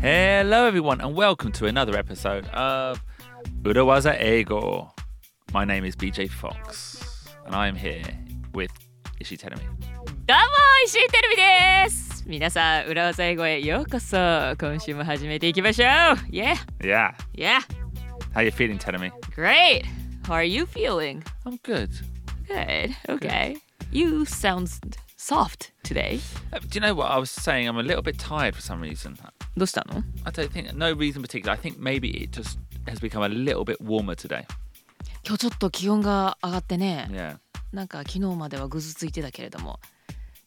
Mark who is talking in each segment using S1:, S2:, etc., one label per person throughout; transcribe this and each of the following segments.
S1: Hello, everyone, and welcome to another episode of Urawaza Ego. My name is BJ Fox, and I am here with Ishii Tenemi.
S2: どうも石井テレビです皆さん裏技英語へようこそ今週も始めていきましょう Yeah
S1: Yeah,
S2: Yeah
S1: how you feeling, Tenemi?
S2: Great How are you feeling?
S1: I'm good.
S2: Good Okay You sound soft today
S1: Uh, Do you know what I was saying? I'm a little bit tired for some reason.
S2: どうしたの
S1: I don't think no reason particular. I think maybe it just has become a little bit warmer today.
S2: 今日ちょっと気温が上がってね
S1: Yeah.
S2: なんか昨日まではぐずついてたけれども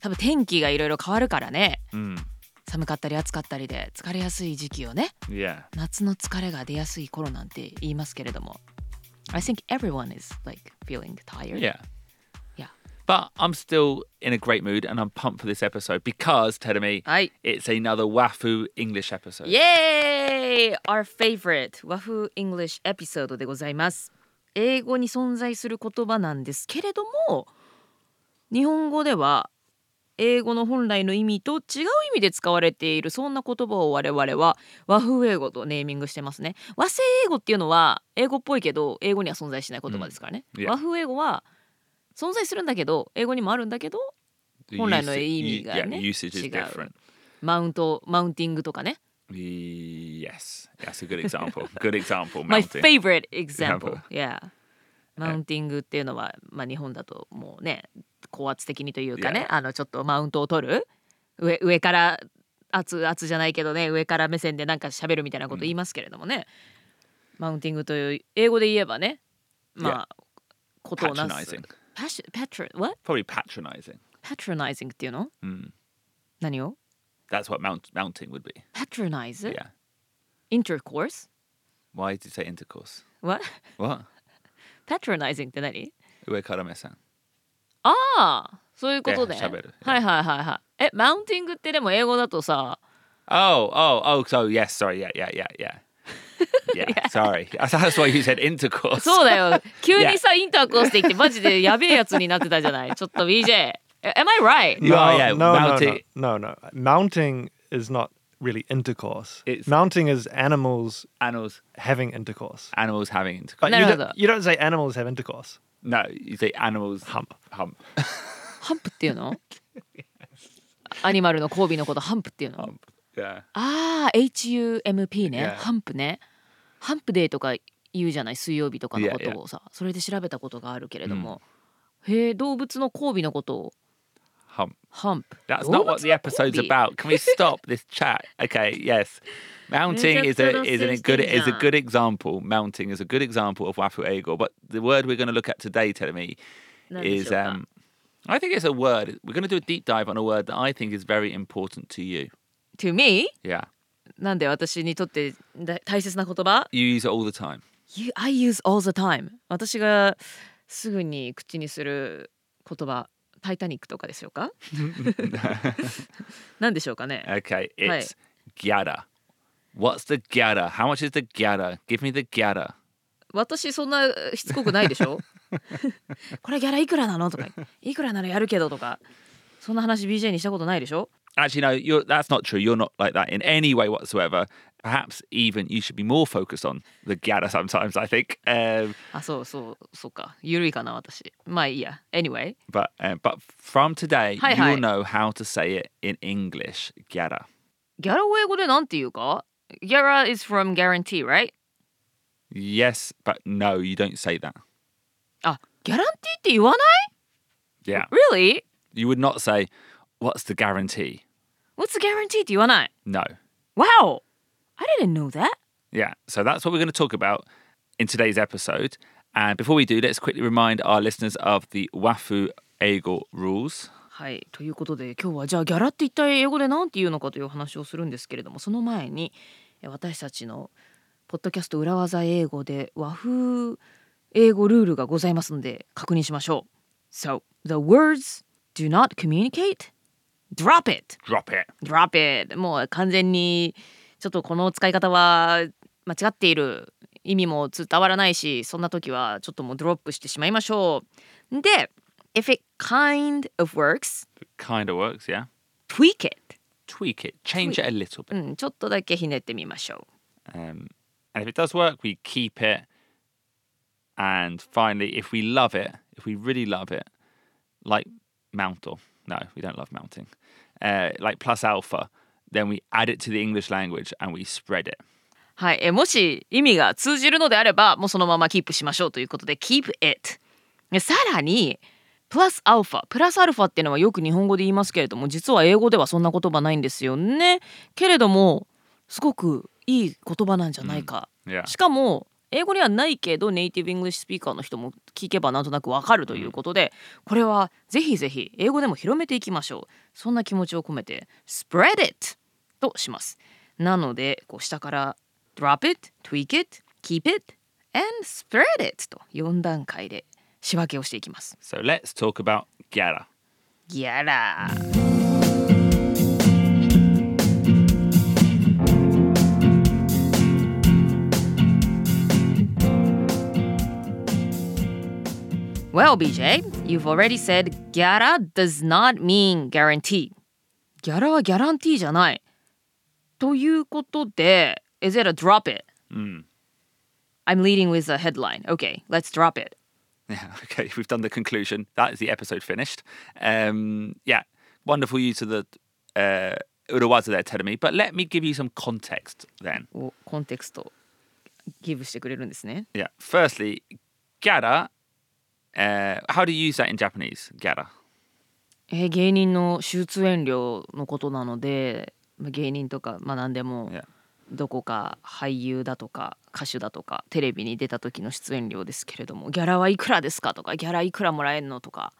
S2: 多分天気がいろいろ変わるからね
S1: Mm.
S2: 寒かったり暑かったりで疲れやすい時期をね
S1: Yeah.
S2: 夏の疲れが出やすい頃なんて言いますけれども I think everyone is like feeling tired
S1: Yeah.
S2: Yeah.
S1: But I'm still in a great mood and I'm pumped for this episode because, Tenemi,
S2: はい。
S1: it's another Wafu English episode.
S2: イエーイ !Our favorite 和風 English エピソードでございます。英語に存在する言葉なんですけれども、日本語では英語の本来の意味と違う意味で使われているそんな言葉を我々は和風英語とネーミングしてますね。和製英語っていうのは英語っぽいけど英語には存在しない言葉ですからね。
S1: うんいや
S2: 和風英語は存在するんだけど英語にもあるんだけど
S1: The
S2: 本来の意味
S1: u-
S2: が
S1: yeah,
S2: ね、
S1: usage is
S2: 違う。
S1: different.
S2: マウントマウンティングとかね。
S1: Yes, that's a good example. good example.
S2: My
S1: Mountain.
S2: favorite example.
S1: は
S2: Yeah.
S1: い
S2: マウンティングっていうのは、まあ、日本だともうね高圧的にというかね、
S1: Yeah.
S2: あのちょっとマウントを取る上上から圧圧じゃないけどね上から目線でなんか喋るみたいなこと言いますけれどもね、マウンティングという英語で言えばねまあ、ことをなす
S1: patronizing.
S2: Patron- patron- what?
S1: Probably patronizing.
S2: patronizing っていうの
S1: Mm.
S2: 何を
S1: That's what mount- mounting would be.
S2: patronize、
S1: Yeah.
S2: intercourse
S1: Why did you say intercourse?
S2: what
S1: What?
S2: patronizing って何
S1: Uekarame-san.
S2: ああそういうことで、
S1: で喋る
S2: はいはいはいはいえマウンティングってでも英語だとさ
S1: Oh, oh, oh, so yes, sorry, yeah, yeah, yeah, yeah. Yeah, sorry. That's why you said intercourse.
S2: そう だよ急にさインターコースって言ってマジでやべえやつになってたじゃ ないちょっと BJ え Am I right?
S1: You are, yeah,
S3: no,
S1: mounting-
S3: No, no, no, no. Mounting is not really intercourse.
S1: It's-
S3: mounting is animals
S1: Animals,
S3: having intercourse.
S1: animals having intercourse.
S3: But
S2: No,
S3: you,
S2: no,
S3: don't,
S2: no.
S3: you don't say animals have intercourse.
S1: No, you say animals
S3: Hump.
S1: hump.
S2: ハンプっていうのアニマルの交尾のことハンプっていうの
S1: hump. Yeah.
S2: ああ HUMP
S1: Yeah.
S2: ねハンプねハンプデーとか言うじゃない水曜日とかの
S1: Yeah,
S2: ことをさそれで調べたことがあるけれどもへえ動物の交尾のことを
S1: Hump.
S2: ハンプ
S1: That's
S2: 動
S1: not
S2: 物
S1: what the
S2: の
S1: episode's
S2: 交尾
S1: about. Can we stop this chat? Okay, yes. Mounting is a is a good is a good example. Mounting is a good example of wafu ego. But the word we're going to look at today, tell me,
S2: 何でしょう
S1: is
S2: か
S1: um, I think it's a word. We're going to do a deep dive on a word that I think is very important to you.
S2: to me?
S1: Yeah,
S2: なんで私にとって大大切な言葉
S1: you use it all the time.
S2: you, ?I use all the time 私がすぐに口にする言葉タイタニックとかでしょう か何でしょうかね
S1: Okay, it's gyara. What's the gyara? How much is the gyara? Give me the gyara.
S2: 私そんなしつこくないでしょ これギャラいくらなのとかいくらならやるけどとかそんな話 BJ にしたことないでしょ
S1: actually no you're that's not true you're not like that in any way whatsoever perhaps even you should be more focused on the gyara sometimes i think um,
S2: あそうそうそうか緩いかな私まあいいや Anyway
S1: but um, but from today
S2: Hi,
S1: you'll
S2: hi.
S1: know how to say it in english gyara
S2: ギャラを英語でなんて言うかギャラ is from guarantee right
S1: yes but no you don't say that
S2: あギャランティーって言わない
S1: yeah
S2: Really?
S1: you would not say what's the guarantee
S2: What's the guarantee って言わない。
S1: no
S2: Wow! I didn't know that.
S1: Yeah, so that's what we're going to talk about in today's episode. And before we do, let's quickly remind our listeners of the Wafu Eagle rules.
S2: はい、ということで今日はじゃあギャラって一体英語でなんて言うのかというお話をするんですけれどもその前にえ私たちのポッドキャスト裏技英語で和風英語ルールがございますので確認しましょう。So, the words do not communicate, drop it!
S1: Drop it.
S2: Drop it! もう完全にちょっとこの使い方は間違っている意味も伝わらないしそんな時はちょっともうドロップしてしまいましょう。で、if it kind of works,
S1: Kind of works, yeah.
S2: tweak it.
S1: tweak it, change it a little bit.
S2: うん、ちょっとだけひねってみましょ
S1: Um, and if it does work, we keep it. And finally, if we love it, if we really love it, like mount or no, we don't love mounting, uh, like plus alpha, then we add it to the English language and we spread it.
S2: う。はい、えもし意味が通じるのであれば、もうそのままキープしましょうということで、keep it。でさらに、プラスアルファ。プラスアルファっていうのはよく日本語で言いますけれども、実は英語ではそんな言葉ないんですよね。けれども、すごくいい言葉なんじゃないか。
S1: Yeah.
S2: しかも英語にはないけどネイティブ・イングリッシュ・スピーカーの人も聞けばなんとなくわかるということで、これはぜひぜひ英語でも広めていきましょうそんな気持ちを込めて Spread it としますなのでこう下から Drop it, tweak it, keep it and spread it と4段階で仕分けをしていきます
S1: So let's talk about Gyara.
S2: ギャラー Well, BJ, you've already said Gyara does not mean guarantee. ギャラはギャランティーじゃない。ということで、is it a drop it?
S1: Mm.
S2: I'm leading with a headline. Okay, let's drop it.
S1: Yeah, okay, we've done the conclusion. That is the episode finished. Um, yeah, wonderful use of the uh, Urawaza there, Terumi. But let me give you some context then.
S2: おコンテクストギブしてくれるんですね。
S1: Yeah, firstly, Gara, uh, how do you use that in Japanese? Gara.
S2: えー芸人の手術遠慮のことなのでまあ芸人とか、まあ、何でも
S1: Yeah.
S2: どこか俳優だとか歌手だとかテレビに出た時の出演料ですけれどもギャラはいくらですかとかギャラいくらもらえるのとか、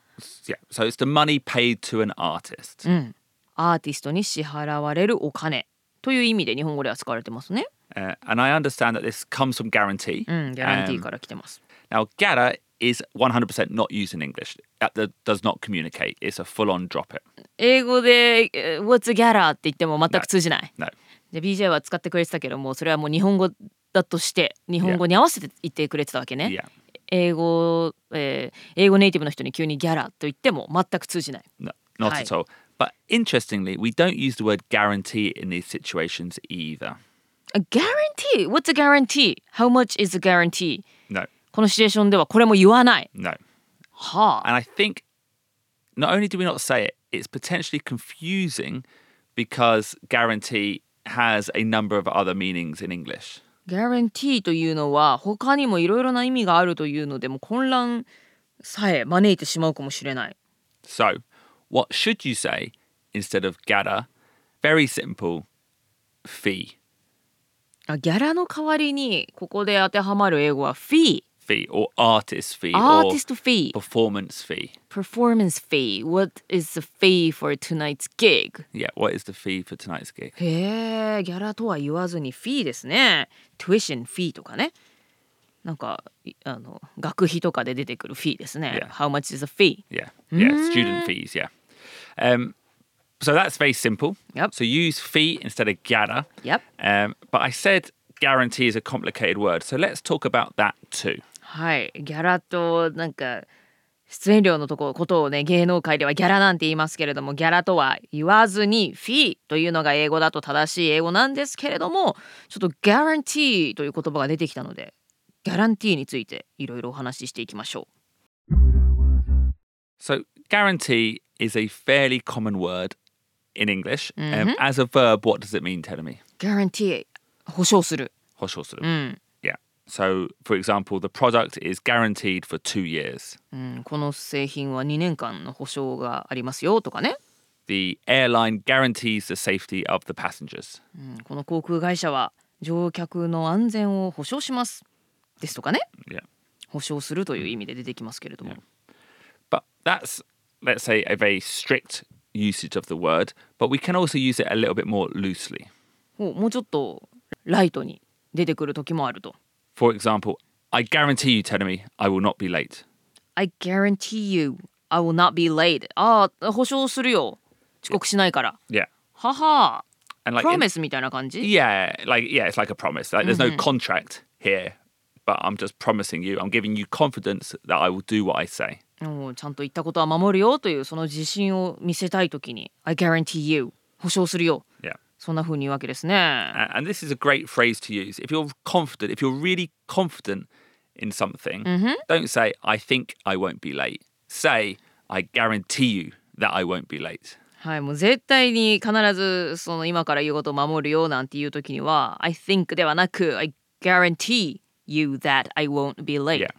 S1: Yeah, so it's the money paid to an artist.
S2: うん、アーティストに支払われるお金という意味で日本語では使われてますね。
S1: Uh, and I understand that this comes from guarantee.
S2: うん、ギャランティ
S1: Um,
S2: ーから来てます。
S1: Now, Gara is 100% not used in English. That that does not communicate. It's a full on drop it.
S2: 英語でえー「What's a ギャラ?」って言っても全く通じない。
S1: No.
S2: で BJ は使ってくれてたけどもそれはもう日本語だとして日本語に合わせて言ってくれてたわけね。
S1: Yeah.
S2: 英語、えー英語ネイティブの人に急にギャラと言っても全く通じない。
S1: No, not
S2: Hi.
S1: at all. But interestingly, we don't use the word guarantee in these situations either.
S2: A guarantee? What's a guarantee? How much is a guarantee?
S1: No,
S2: このシチュエーションではこれも言わない。
S1: no.
S2: はあ。
S1: And I think not only do we not say it, it's potentially confusing because guarantee has a number of other meanings in English.
S2: guarantee というのは他にもいろいろな意味があるというのでもう混乱さえ招いてしまうかもしれない。
S1: So, what should you say instead of gada? Very simple fee.
S2: あギャラの代わりにここで当てはまる英語は fee、
S1: Fee or artist fee or
S2: artist fee、
S1: performance fee.
S2: performance fee。What is the fee for tonight's gig?
S1: Yeah, what is the fee for tonight's gig?
S2: へえギャラとは言わずにフィーですね。トゥイシンフィーとかね。なんかいあの学費とかで出てくるフィーですね。
S1: Yeah.
S2: How much is a fee?
S1: Yeah. Yeah.
S2: Mm.
S1: Student fees. Yeah. Um, so that's very simple.
S2: Yep.
S1: So use fee instead of gada.
S2: Yep.
S1: Um, but I said guarantee is a complicated word. So let's talk about that too.
S2: はい。ギャラとなんか出演料のとこことをね芸能界ではギャラなんて言いますけれどもギャラとは言わずにフィーというのが英語だと正しい英語なんですけれどもちょっと guarantee という言葉が出てきたのでギャランティーについていろいろお話ししていきましょう。
S1: So guarantee is a fairly common word in English. Um, as a verb, what does it mean, Telemi?
S2: guarantee 保証する。
S1: Hoshorsuru.
S2: うん。
S1: Yeah. So, for example, the product is guaranteed for two years.
S2: うん、この製品は2年間の保証がありますよとかね、
S1: The airline guarantees the safety of the passengers.
S2: うん、この航空会社は乗客の安全を保証しますですとかね
S1: Yeah.
S2: 保証するという意味で出てきますけれども、
S1: But that's, let's say, a very strict usage of the word, but we can also use it a little bit more loosely.
S2: ほうもうちょっとライトに出てくる時もあると
S1: For example, I guarantee you, Tenemy, I will not be late.
S2: I guarantee you I will not be late ああ保証するよ遅刻しないから
S1: Yeah.
S2: はは
S1: And like,
S2: プロ
S1: in-
S2: メスみたいな感じ
S1: yeah, like, yeah, it's like a promise. Like, there's no contract here, but I'm just promising you, I'm giving you confidence that I will do what I say.
S2: うんちゃんと言ったことは守るよというその自信を見せたい時に I guarantee you 保証するよ
S1: Yeah.
S2: そんな風に言うわけですね。
S1: A- And this is a great phrase to use. If you're confident, if you're really confident in something, don't say, I think I won't be late. Say, I guarantee you that I won't be late.
S2: はい、もう絶対に必ずその今から言うことを守るよなんていう時には I think ではなく I guarantee you that I won't be late、
S1: Yeah.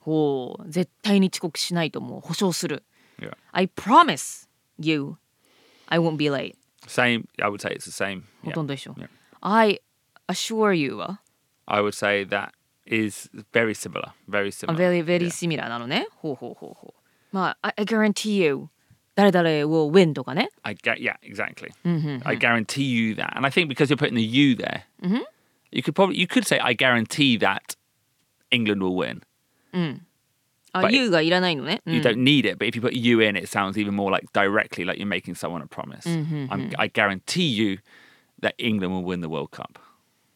S2: ほう絶対に遅刻しないともう保証する
S1: Yeah.
S2: I promise you I won't be late
S1: Same, I would say it's the same.
S2: ほ
S1: Yeah.
S2: とんど一緒、
S1: Yeah.
S2: I assure you は
S1: I would say that is very similar. Very similar.
S2: very
S1: Yeah.
S2: very similar なのねほうほうほうほうまあ I I guarantee you 誰々を win とかね
S1: I get, yeah, exactly. I guarantee you that. And I think because you're putting the you there, you could probably, you could say, I guarantee that England will win.
S2: あ
S1: But-
S2: you がいらないのね、うん
S1: you don't need it but if you put you in it sounds even more like directly like you're making someone a promise I'm, i guarantee you that england will win the world cup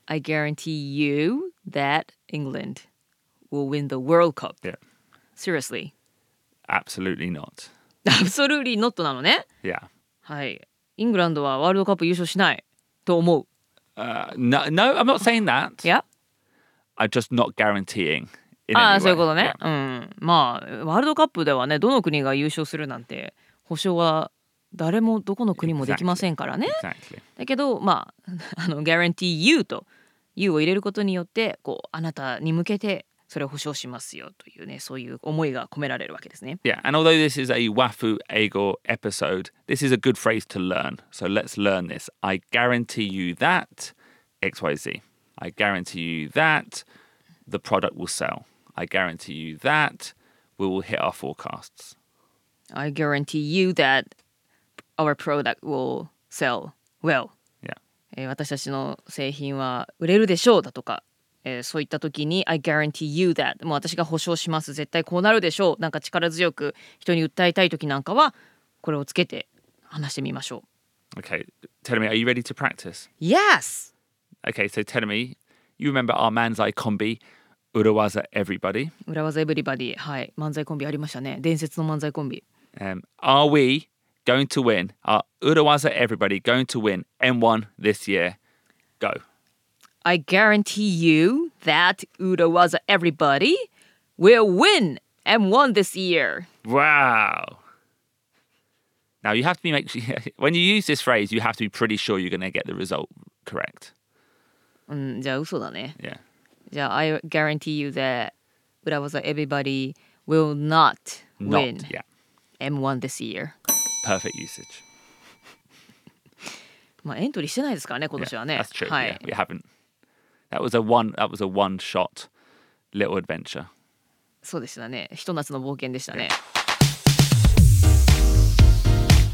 S2: I guarantee you that England will win the World Cup.
S1: yeah
S2: Seriously.
S1: absolutely not
S2: Absolutely not なのね。
S1: yeah
S2: はい。イングランドはワールドカップ優勝しないと思う。
S1: uh, no no i'm not saying that
S2: いや
S1: i'm just not guaranteeing in
S2: ああ、
S1: any
S2: そういう
S1: way.
S2: こと
S1: Yeah.
S2: ね。うん。まあ、ワールドカップではね、どの国が優勝するなんて保証は誰もどこの国もできませんからね。
S1: exactly
S2: だけど、まあ、 あの、guarantee you と you を入れることによって、こう、あなたに向けてそれを保証しますよというね、そういう思いが込められるわけですね。
S1: yeah and although this is a wafu agor episode this is a good phrase to learn so let's learn this i guarantee you that xyz i guarantee you that the product will sell i guarantee you that we will hit our forecasts
S2: I guarantee you that our product will sell well.
S1: yeah
S2: えー私たちの製品は売れるでしょうだとか、えーそういった時に I guarantee you that もう私が保証します絶対こうなるでしょうなんか力強く人に訴えたい時なんかはこれをつけて話してみましょ
S1: okay tell me are you ready to practice
S2: う Yes!
S1: okay so tell me you remember our man's eye combi urawaza everybody
S2: 裏技エブリバディはい漫才コンビありましたね伝説の漫才コンビ
S1: um, are we going to win are urawaza everybody going to win m1 this year go
S2: I guarantee you that Urawaza everybody will win M1 this year
S1: Wow. Now you have to be make sure, when you use this phrase, you have to be pretty sure you're going to get the result correct.
S2: うんじゃあ嘘だね
S1: Yeah.
S2: じゃあ、I guarantee you that 裏技 everybody will not
S1: Not.
S2: win
S1: Yeah.
S2: M1 this year。
S1: Perfect usage.
S2: まあ、エントリーしてないですからね、今
S1: Yeah,
S2: 年はね。
S1: That's true.
S2: は
S1: Yeah,
S2: い。
S1: we haven't. That was a one. That was a one-shot little adventure.
S2: そうでしたね。ひと夏の冒険でしたね。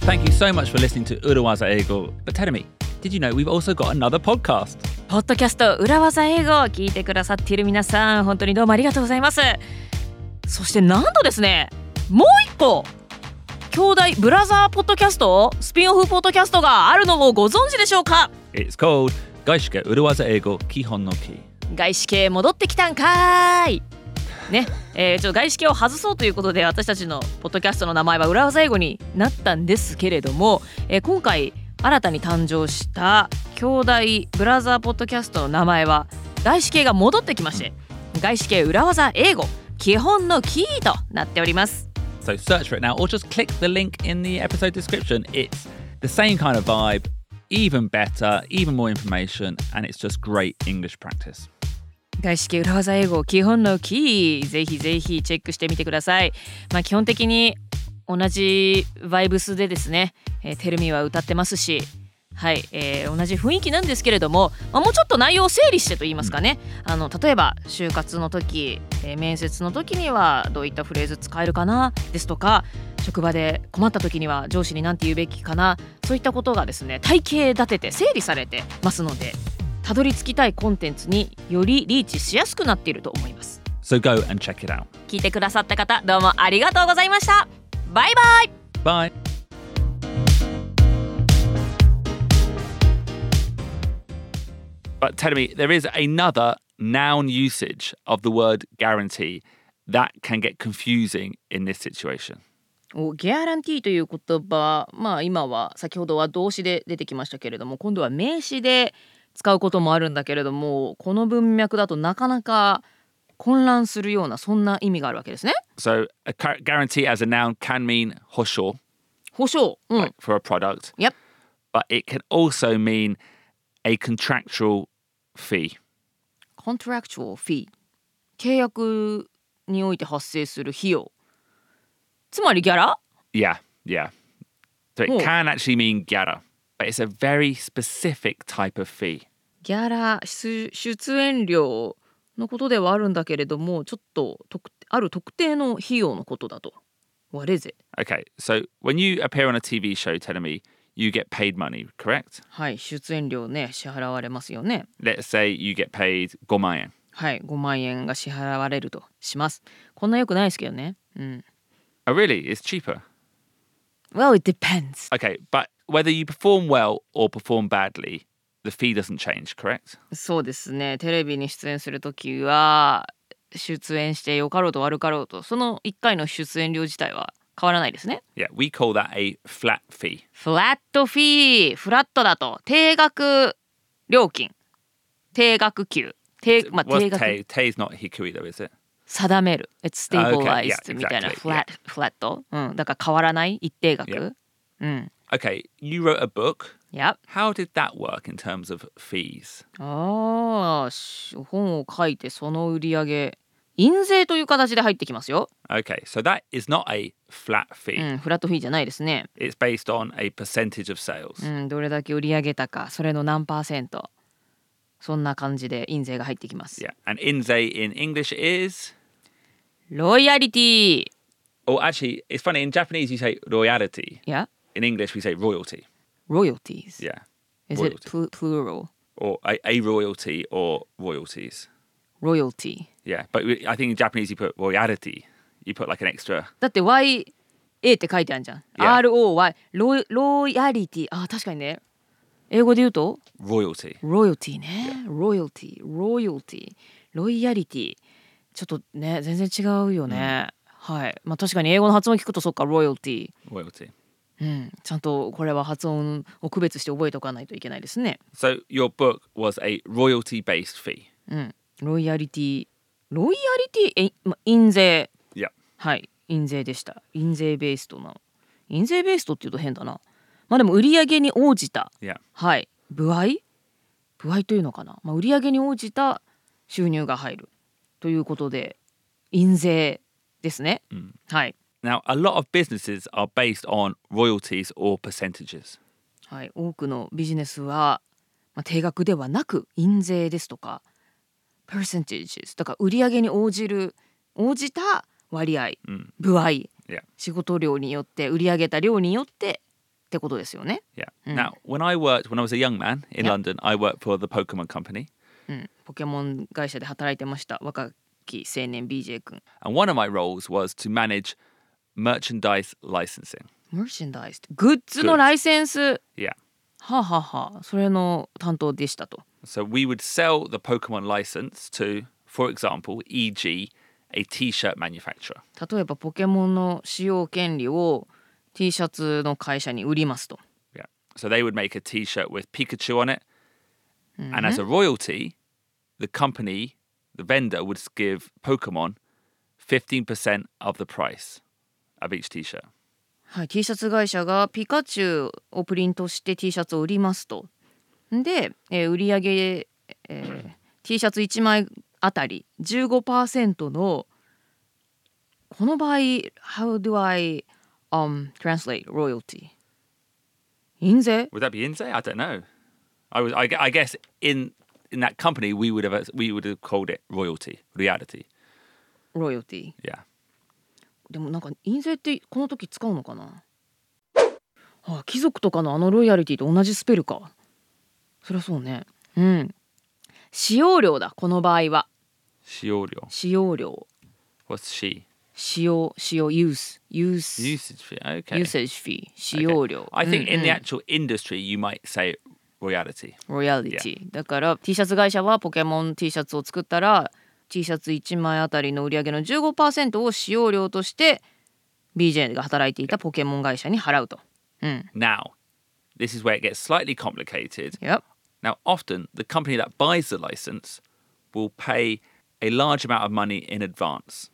S1: Thank you so much for listening to Urawaza Eagle. But tell me, did you know we've also got another podcast?
S2: ポッドキャスト裏技英語を聞いてくださっている皆さん、本当にどうもありがとうございます。そしてなんとですね、もう一個兄弟ブラザーポッドキャストスピンオフポッドキャストがあるのをご存知でしょうか
S1: It's called Gaishike Urawaza Eagle Kihon no Ki.
S2: 外資系戻ってきたんかーいね、えーちょっと外資系を外そうということで私たちのポッドキャストの名前は裏技英語になったんですけれども、えー今回新たに誕生した兄弟ブラザーポッドキャストの名前は外資系が戻ってきまして外資系裏技英語基本のキーとなっております
S1: So search for it now or just click the link in the episode description. It's the same kind of vibe, even better, even more information, and it's just great English practice.
S2: 外資系裏技英語基本のキーぜひぜひチェックしてみてください、まあ、基本的に同じバイブスでですね「えー、テルミは歌ってますしはい、えー同じ雰囲気なんですけれども、まあ、もうちょっと内容を整理してと言いますかね、あの例えば就活の時、えー面接の時にはどういったフレーズ使えるかなですとか職場で困った時には上司に何て言うべきかなそういったことがですね体系立てて整理されてますのでたどり着きたいコンテンツによりリーチしやすくなっていると思います
S1: So go and check it out.
S2: 聞いてくださった方どうもありがとうございましたバイバイ
S1: Bye. But tell me, there is another noun usage of the word guarantee that can get confusing in this situation.
S2: おギャランティーという言葉まあ今は先ほどは動詞で出てきましたけれども今度は名詞で使うこともあるんだけれどもこの文脈だとなかなか混乱するようなそんな意味があるわけですね。
S1: So a car- guarantee as a noun can mean hosho
S2: 保証、うん、
S1: like, for a product,
S2: Yep.
S1: but it can also mean a contractual fee.
S2: contractual fee 契約において発生する費用つまりギャラ
S1: Yeah, yeah. So it
S2: Oh.
S1: can actually mean gyara, but it's a very specific type of fee.
S2: ギャラ出出演料のことではあるんだけれどもちょっと特ある特定の費用のことだと。What is it?
S1: Okay, so when you appear on a TV show, telling me you get paid money, correct?
S2: はい出演料ね支払われますよね。
S1: Let's say you get paid gomayen.
S2: はい5万円が支払われるとします。こんな良くないですけどね。うん。
S1: Oh, really? It's cheaper.
S2: Well it depends.
S1: Okay, but whether you perform well or perform badly, the fee doesn't change, correct?
S2: そうですねテレビに出演するときは出演してよかろうと悪かろうとその1回の出演料自体は変わらないですね
S1: Yeah, we call that a flat fee.
S2: フラットフィーフラットだと定額料金定額給定,、まあ、定
S1: What's
S2: 額
S1: te? Te's not hikui though, is it?
S2: 定める It's
S1: Ah,
S2: stabilized、
S1: okay. Yeah,
S2: みたいな
S1: exactly.
S2: フラット、フラット、うん、だから変わらない一定額、
S1: Yeah.
S2: うん
S1: Okay, you wrote a book.
S2: や
S1: How did that work in terms of fees?
S2: あーし本を書いてその売り上げ印税という形で入ってきますよ、
S1: Okay, so that is not a flat fee.
S2: うん、フラットフィーじゃないですね
S1: It's based on a percentage of sales.
S2: うん、どれだけ売り上げたかそれの何パーセントそんな感じで印税が入ってきます、
S1: Yeah, and inze in English is.
S2: ロイヤリティ
S1: Oh, actually, it's funny. In Japanese, you say royalty.
S2: いや
S1: In English, we say royalty.
S2: royalties
S1: Yeah,
S2: is it plu- plural
S1: or a, a royalty or royalties.
S2: royalty
S1: Yeah, but we- I think in Japanese, you put royalty. You put like an extra.
S2: だって YA って書いてあるじゃん、
S1: Yeah.
S2: ROY ロロイヤリティあ確かにね英語で言うと
S1: royalty.
S2: ロイヤリティね、ロイヤリティロイヤリティロイヤリティちょっとね全然違うよね、はいまあ確かに英語の発音聞くとそっかロイヤリティ
S1: Royalty.
S2: うん、ちゃんとこれは発音を区別して覚えておかないといけないですね。
S1: So your book was a royalty-based fee.
S2: うん、ロイヤリティ、ロイヤリティ、え、ま、印税、
S1: Yeah.
S2: はい、印税でした。印税ベーストなの。印税ベーストっていうと変だな。まあでも売上に応じた、
S1: Yeah.
S2: はい、部合部合というのかな。まあ売上に応じた収入が入るということで、印税ですね。はい。
S1: Now, a lot of businesses are based on royalties or percentages.
S2: はい、多くのビジネスは、まあ、定額ではなく印税ですとか percentages だから売上に応じる応じた割合、
S1: ん
S2: 部合
S1: Yeah.
S2: 仕事量によって売り上げた量によってってことですよね、
S1: Yeah.
S2: Mm.
S1: Now, when I worked, when I was a young man in
S2: Yeah.
S1: London, I worked for the Pokemon Company.
S2: うん、ポケモン会社で働いてました若き青年 BJ 君
S1: And one of my roles was to manage merchandise licensing.
S2: メ e シンダイスグッズのライセンス
S1: Yeah.
S2: はあ、はあはあ、それの担当でしたと
S1: So we would sell the Pokemon license to, for example, e.g., a t shirt manufacturer.
S2: 例えばポケモンの使用権利を T シャツの会社に売りますと
S1: Yeah. So they would make a t shirt with Pikachu on it. And as a royalty, the company, the vendor, would give Pokemon 15% of the price of each t shirt.
S2: はい、T シャツ会社がピカチュウをプリントして T シャツを売りますと。で、えー売り上げ、えー T シャツ1枚あたり15%のこの場合 How do I、um, translate royalty? 印税
S1: Would that be Inze? I don't know. I was. I, gue- I guess in in that company we would have we would have called it royalty, reality.
S2: royalty
S1: Yeah.
S2: でもなんか印税ってこの時使うのかなあ貴族とかのあのロイヤリティと同じスペルかそりゃそうねうん使用料だこの場合は
S1: Shioryo.
S2: 使用料
S1: What's she?
S2: 使用使用 use use
S1: Usage fee. Okay.
S2: usage fee 使
S1: Okay.
S2: 用料
S1: I think in the actual industry you might say royalty.
S2: royalty だから T シャツ会社はポケモン T シャツを作ったら T シャツ1枚あたりの売り上げの15%を使用料として BJ が働いていたポケモン会社に払うと。うん。
S1: Now, this is where it gets slightly complicated.
S2: Yep.
S1: Now, often the company that buys the license will pay a large amount of money in advance.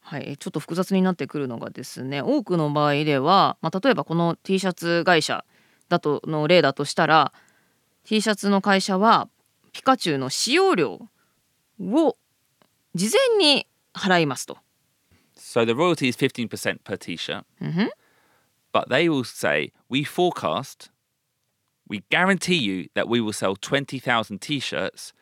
S2: はい、ちょっと複雑になってくるのがですね多くの場合では、まあ、例えばこの T シャツ会社だとの例だとしたら T シャツの会社はピカチュウの使用料を事前に払いますと。
S1: So the royalty is 15% per t shirt.
S2: うんふん
S1: But they will say, We forecast, we guarantee you that we will sell 20,000 t shirts.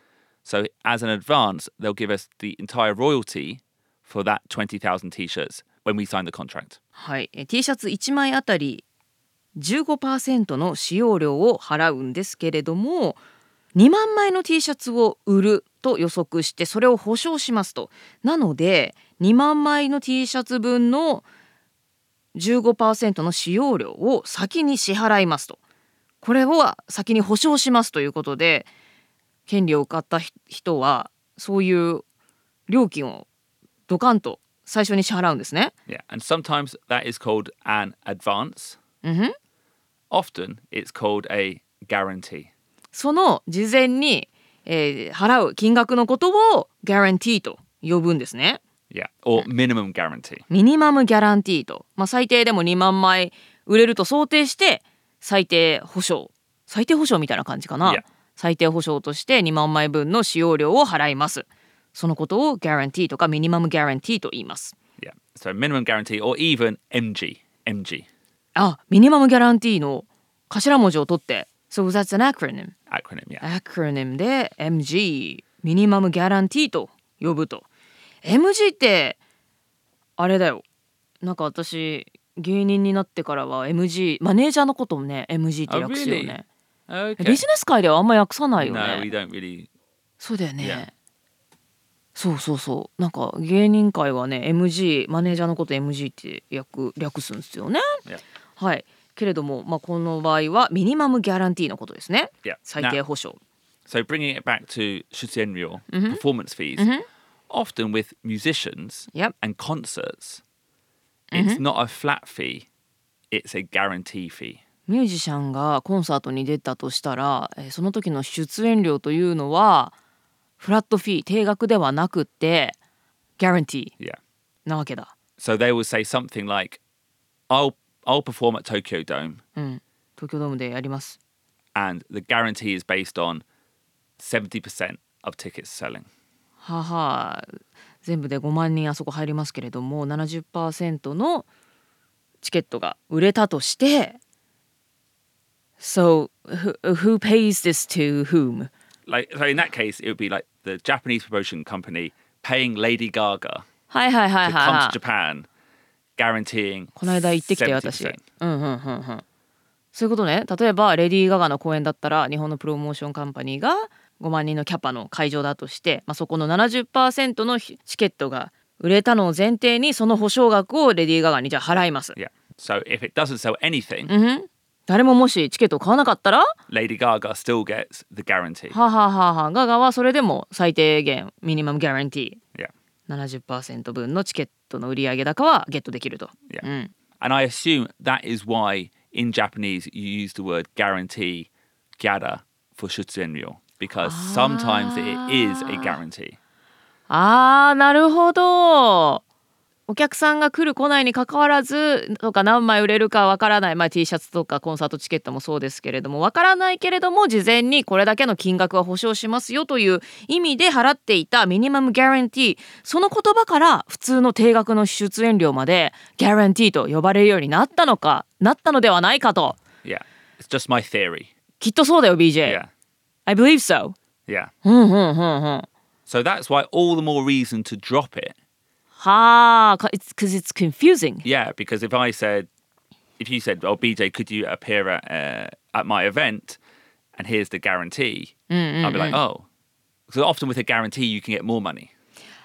S1: So as an advance, they'll give us the entire royalty for that 20,000 t shirts when we sign the contract.
S2: はい、え T シャツ1枚あたり15%の使用料を払うんですけれども2万枚の T シャツを売ると予測してそれを保証しますとなので2万枚の T シャツ分の15%の使用料を先に支払いますとこれを先に保証しますということで権利を買ったひ人はそういう料金をドカンと最初に支払うんですね。
S1: Yeah. And sometimes that is called an advance.
S2: うんふん
S1: Often it's called a guarantee.
S2: その事前に、えー払う金額のことを guarantee と呼ぶんですね。
S1: Yeah. Or minimum guarantee.
S2: ミニマムギャランティーと、まあ、最低でも2万枚売れると想定して最低保証最低保証みたいな感じかな、
S1: Yeah.
S2: 最低保証として2万枚分の使用料を払いますそのことをギャランティーとかミニマムギャランティーと言います
S1: Yeah. So minimum guarantee or even MG. MG.
S2: あミニマムギャランティーの頭文字を取って So that's an acronym
S1: Acronym. Yeah.
S2: アクロニムで MG ミニマムギャランティーと呼ぶと MG ってあれだよなんか私芸人になってからは MG マネージャーのこともね MG って訳すよね、
S1: Okay.
S2: ビジネス界ではあんま訳さないよ
S1: No, we
S2: ね
S1: don't really.
S2: そうだよね、
S1: Yeah.
S2: そうそうそうなんか芸人界はね MG マネージャーのこと MG って略略すんですよね
S1: Yeah.
S2: はいけれども、まあ、この場合はミニマムギャランティーのことですね
S1: Yeah.
S2: 最
S1: Now-
S2: 低保証
S1: So bringing it back to shusenryo, performance fees, often with musicians
S2: Yep.
S1: and concerts, it's not a flat fee, it's a guarantee fee.
S2: ミュージシャンがコンサートに出たとしたら、えーその時の出演料というのはフラットフィー定額ではなくってギャランティー
S1: Yeah.
S2: なわけだ。
S1: So they will say something like, "I'll I'll perform at Tokyo Dome,
S2: うん、東京ドームでやります。
S1: and the guarantee is based on seventy percent of tickets selling."
S2: はあはあ全部で5万人あそこ入りますけれども70%のチケットが売れたとして。So who, who pays this to whom?
S1: Like so, in that case, it would be like the Japanese promotion company paying Lady Gaga
S2: はいはいは
S1: to
S2: いはいはい、
S1: come to Japan, guaranteeing.
S2: この間行ってきたよ私うん
S1: 70%
S2: うんうんうんそういうことね例えばレディー・ガガの公演だったら日本のプロモーションカンパニーが5万人のキャパの会場だとして、まあ、そこの70%のチケットが売れたのを前提にその保証額をレディー・ガガにじゃあ払います、
S1: Yeah. So if it doesn't sell anything,
S2: うんふん誰ももしチケットを買わなかったらは
S1: Lady Gaga still gets the guarantee.
S2: あはあはあはあガガはそれでも最低限ミニマムギャランティー
S1: Yeah.
S2: 70%分のチケットの売上高はゲットできると、
S1: Yeah.
S2: うん
S1: And I assume that is why in Japanese you use the word guarantee, gyara, for shutsenryo, because sometimes it is a guarantee.
S2: あーなるほどお客さんが来る来ないに関わらずとか何枚売れるかわからない、まあ、T シャツとかコンサートチケットもそうですけれどもわからないけれども事前にこれだけの金額は保証しますよという意味で払っていたミニマムギャランティーその言葉から普通の定額の出演料までギャランティーと呼ばれるようになったのかなったのではないかと
S1: Yeah. It's just my theory.
S2: きっとそうだよ BJ、
S1: Yeah.
S2: I believe so
S1: Yeah.
S2: うんうんうんうん
S1: So that's why all the more reason to drop it.
S2: はあ it's cause it's confusing
S1: Yeah, because if I said, if you said, "Oh, BJ, could you appear at uh, at my event?" and here's the guarantee,
S2: Mm,
S1: I'll be like, "Oh," because often with a guarantee you can get more money.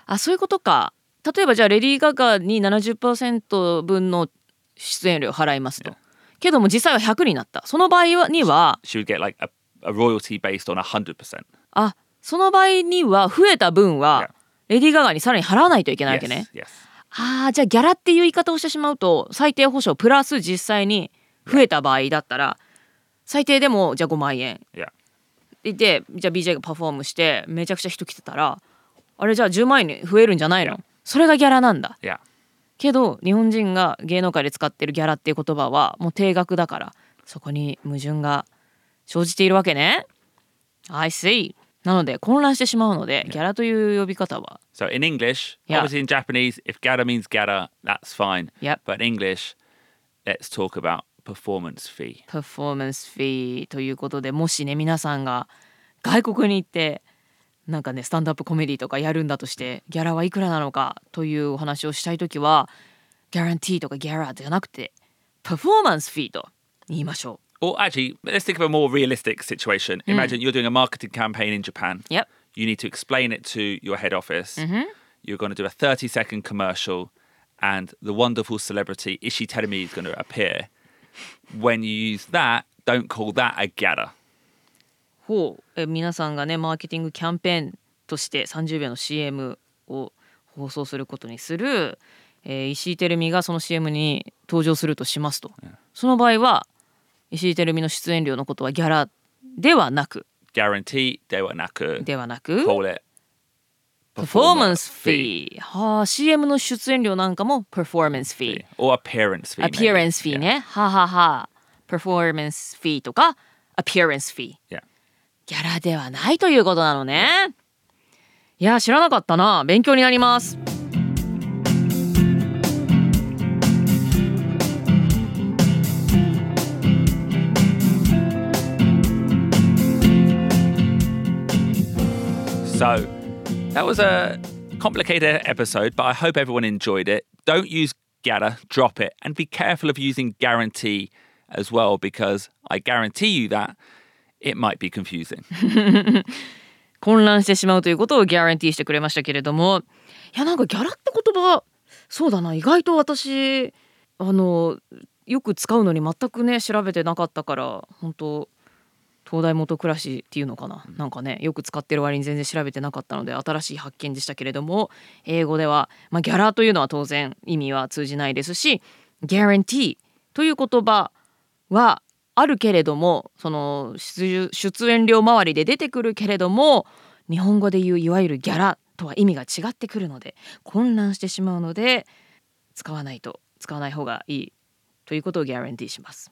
S2: あそういうことか例えばじゃあレディー・ガガに70%分の出演料払いますと、けども実際は100になったその場合はには
S1: She would get like a, a royalty based on hundred percent.
S2: あその場合には増えた分は
S1: Yeah.
S2: レディー・ガガにさらに払わないといけないわけね、
S1: Yes.
S2: ああじゃあギャラっていう言い方をしてしまうと最低保証プラス実際に増えた場合だったら最低でもじゃあ5万円
S1: Yeah.
S2: ででじゃあ BJ がパフォームしてめちゃくちゃ人来てたらあれじゃあ10万円に増えるんじゃないのそれがギャラなんだ
S1: Yeah.
S2: けど日本人が芸能界で使ってるギャラっていう言葉はもう定額だからそこに矛盾が生じているわけね I see なので混乱してしまうのでギャラという呼び方は
S1: So in English,
S2: Yeah.
S1: obviously in Japanese, if gada means gada, that's fine.
S2: Yep.
S1: But in English, let's talk about performance fee.
S2: パフォーマンスフィーということでもしね皆さんが外国に行ってなんかねスタンドアップコメディとかやるんだとしてギャラはいくらなのかというお話をしたい時はギャランティーとかギャラじゃなくてパフォーマンスフィーと言いましょ
S1: Or actually, let's think of a more realistic situation.
S2: Mm.
S1: Imagine you're doing a marketing campaign in Japan.
S2: う。Yep.
S1: You need to explain it to your head office. You're going to do a 30 second commercial, and the wonderful celebrity Ishi Terumi is going to appear. When you use that, don't call that a gada.
S2: ほうえ皆さんがねマーケティングキャンペーンとして30秒の CM を放送することにする、えー石井てるみがその CM に登場するとしますと、その場合は石井てるみの出演料のことはギャラではなく
S1: Guarantee dewa naku.
S2: ではなく
S1: Call it
S2: パフォーマンスフィーはあ CM の出演料なんかもパフォーマンスフィー
S1: or appearance fee.
S2: a ア
S1: maybe.
S2: ピアレンスフィー
S1: Yeah.
S2: ねはははパフォーマンスフィーとかアピアレンスフィー
S1: yeah.
S2: ギャラではないということなのね。いや、知らなかったな。勉強になります。
S1: So that was a complicated episode, but I hope everyone enjoyed it. Don't use gada, drop it, and be careful of using guarantee as well, because I guarantee you that it might be confusing.
S2: 混乱してしまうということをギャランティーしてくれましたけれども。いや、なんかギャラって言葉、そうだな。意外と私、あの、よく使うのに全くね、調べてなかったから、本当東大元暮らしっていうのかな、なんかねよく使ってる割に全然調べてなかったので新しい発見でしたけれども英語では、まあ、ギャラというのは当然意味は通じないですし guarantee という言葉はあるけれどもその出出演料周りで出てくるけれども日本語で言ういわゆるギャラとは意味が違ってくるので混乱してしまうので使わないと使わない方がいいということを guarantee します。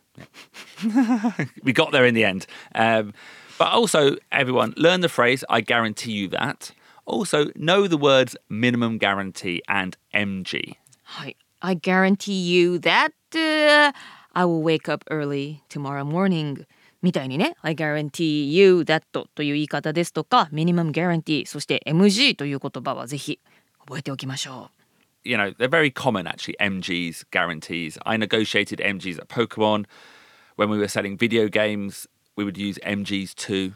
S1: we got there in the end. Um, but also, everyone, learn the phrase I guarantee you that. Also, know the words minimum guarantee and MG.
S2: はい。I guarantee you that、uh, I will wake up early tomorrow morning みたいにね、I guarantee you that という言い方ですとか、minimum guarantee、そして MG という言葉はぜひ覚えておきましょう。
S1: you know, they're very common actually, MGs, guarantees. I negotiated MGs at Pokemon. When we were selling video games, we would use MGs too.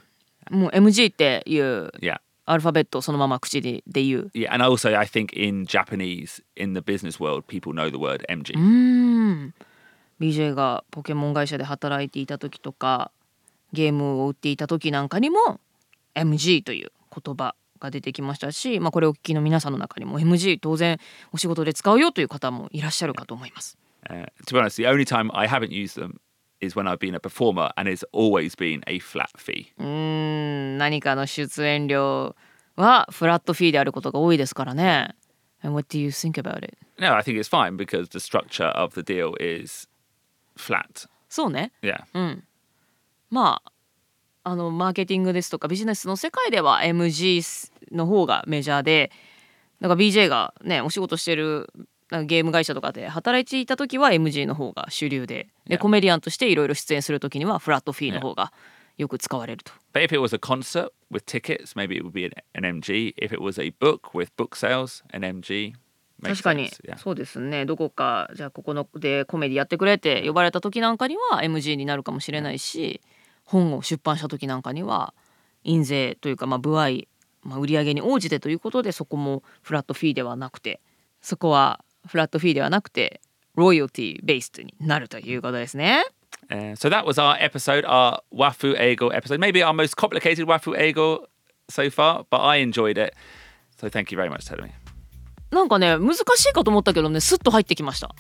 S2: もう MG っていう
S1: Yeah.
S2: アルファベットをそのまま口でで言う。
S1: Yeah. And also, I think in Japanese, in the business world, people know the word MG.
S2: うーん BJ がポケモン会社で働いていた時とかゲームを売っていた時なんかにも MG という言葉が出てきましたし、まあ、これをお聞きの皆さんの中にも MG 当然お仕事で使うよという方もいらっしゃるかと思います。
S1: Uh, to be honest, the only time I haven't used them is when I've been a performer, and it's always been a flat fee.
S2: うーん何かの出演料はフラットフィーであることが多いですからね。And what do you think about it?
S1: No, I think it's fine because the structure of the deal is flat.
S2: そうね。
S1: Yeah.
S2: まああのマーケティングですとかビジネスの世界では MG の方がメジャーでなんか BJ がねお仕事してるなんかゲーム会社とかで働いていた時は MG の方が主流でで
S1: Yeah.
S2: コメディアンとしていろいろ出演する時にはフラットフィーの方がよく使われると。
S1: But if it was a concert with tickets, maybe it would be an, an MG. If it was a book with book sales, an MG.
S2: 確
S1: Makes
S2: かに
S1: sense, yeah.
S2: そうですねどこかじゃあここのでコメディやってくれって呼ばれた時なんかには MG になるかもしれないし本を出版した時なんかには印税というかまあ部合、まあ、売り上げに応じてということでそこもフラットフィーではなくてそこはフラットフィーではなくてロイヤルティーベースになるということですね。
S1: Uh, so that was our episode, our Wafu Eagle episode. Maybe our most complicated Wafu Eagle so far, but I enjoyed it. So thank you very much, Telemi.
S2: なんかね難しいかと思ったけどねスッと入ってきました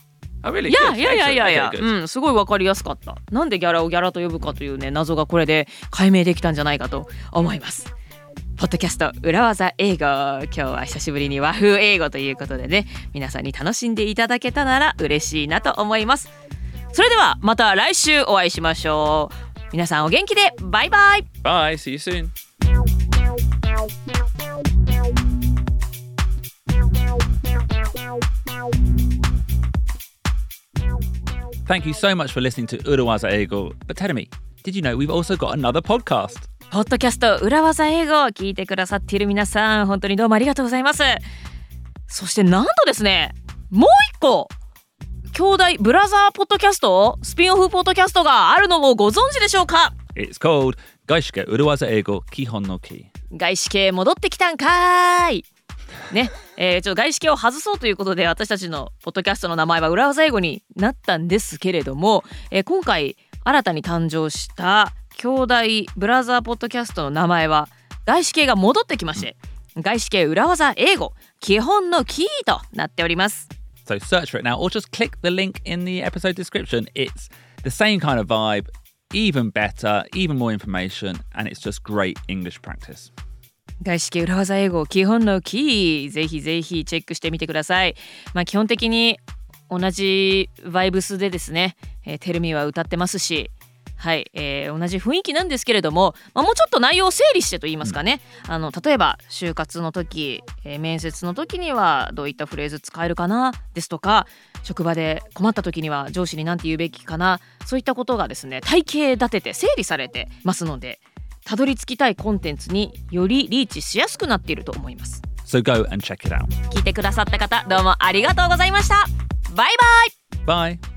S1: Oh, really?
S2: いや
S1: Good.
S2: いやいやいやいや、
S1: Excellent. Okay, good.
S2: うん、すごい分かりやすかったなんでギャラをギャラと呼ぶかというね謎がこれで解明できたんじゃないかと思いますポッドキャスト裏技英語今日は久しぶりに和風英語ということでね皆さんに楽しんでいただけたなら嬉しいなと思いますそれではまた来週お会いしましょう皆さんお元気でバイバイ
S1: Bye. See you soon. Thank you so much for listening to Urawaza Eagle. But Teremi, did you know we've also got another podcast?
S2: ポッドキャスト裏技英語を聞いてくださっている皆さん本当にどうもありがとうございますそしてなんとですねもう一個兄弟ブラザーポッドキャストスピンオフポッドキャストがあるのをご存知でしょうか
S1: It's called Gaishike Urawaza Eagle Kihon no Ki.
S2: 外資系戻ってきたんかーいね、 えーちょっと外資系を外そうということで私たちのポッドキャストの名前は裏技英語になったんですけれども、えー今回新たに誕生した兄弟ブラザーポッドキャストの名前は外資系が戻ってきまして外資系裏技英語基本のキーとなっております
S1: So search for it now or just click the link in the episode description. It's the same kind of vibe, even better, even more information, and it's just great English practice.
S2: 外資系裏技英語基本のキーぜひぜひチェックしてみてください、まあ、基本的に同じバイブスでですね「えー、テルミは歌ってますしはい、えー同じ雰囲気なんですけれども、まあ、もうちょっと内容を整理してと言いますかね、あの例えば就活の時、えー面接の時にはどういったフレーズ使えるかなですとか職場で困った時には上司に何て言うべきかなそういったことがですね体系立てて整理されてますのでたどり着きたいコンテンツによりリーチしやすくなっていると思います
S1: So go and check it out.
S2: 聞いてくださった方どうもありがとうございましたバイバイ
S1: Bye.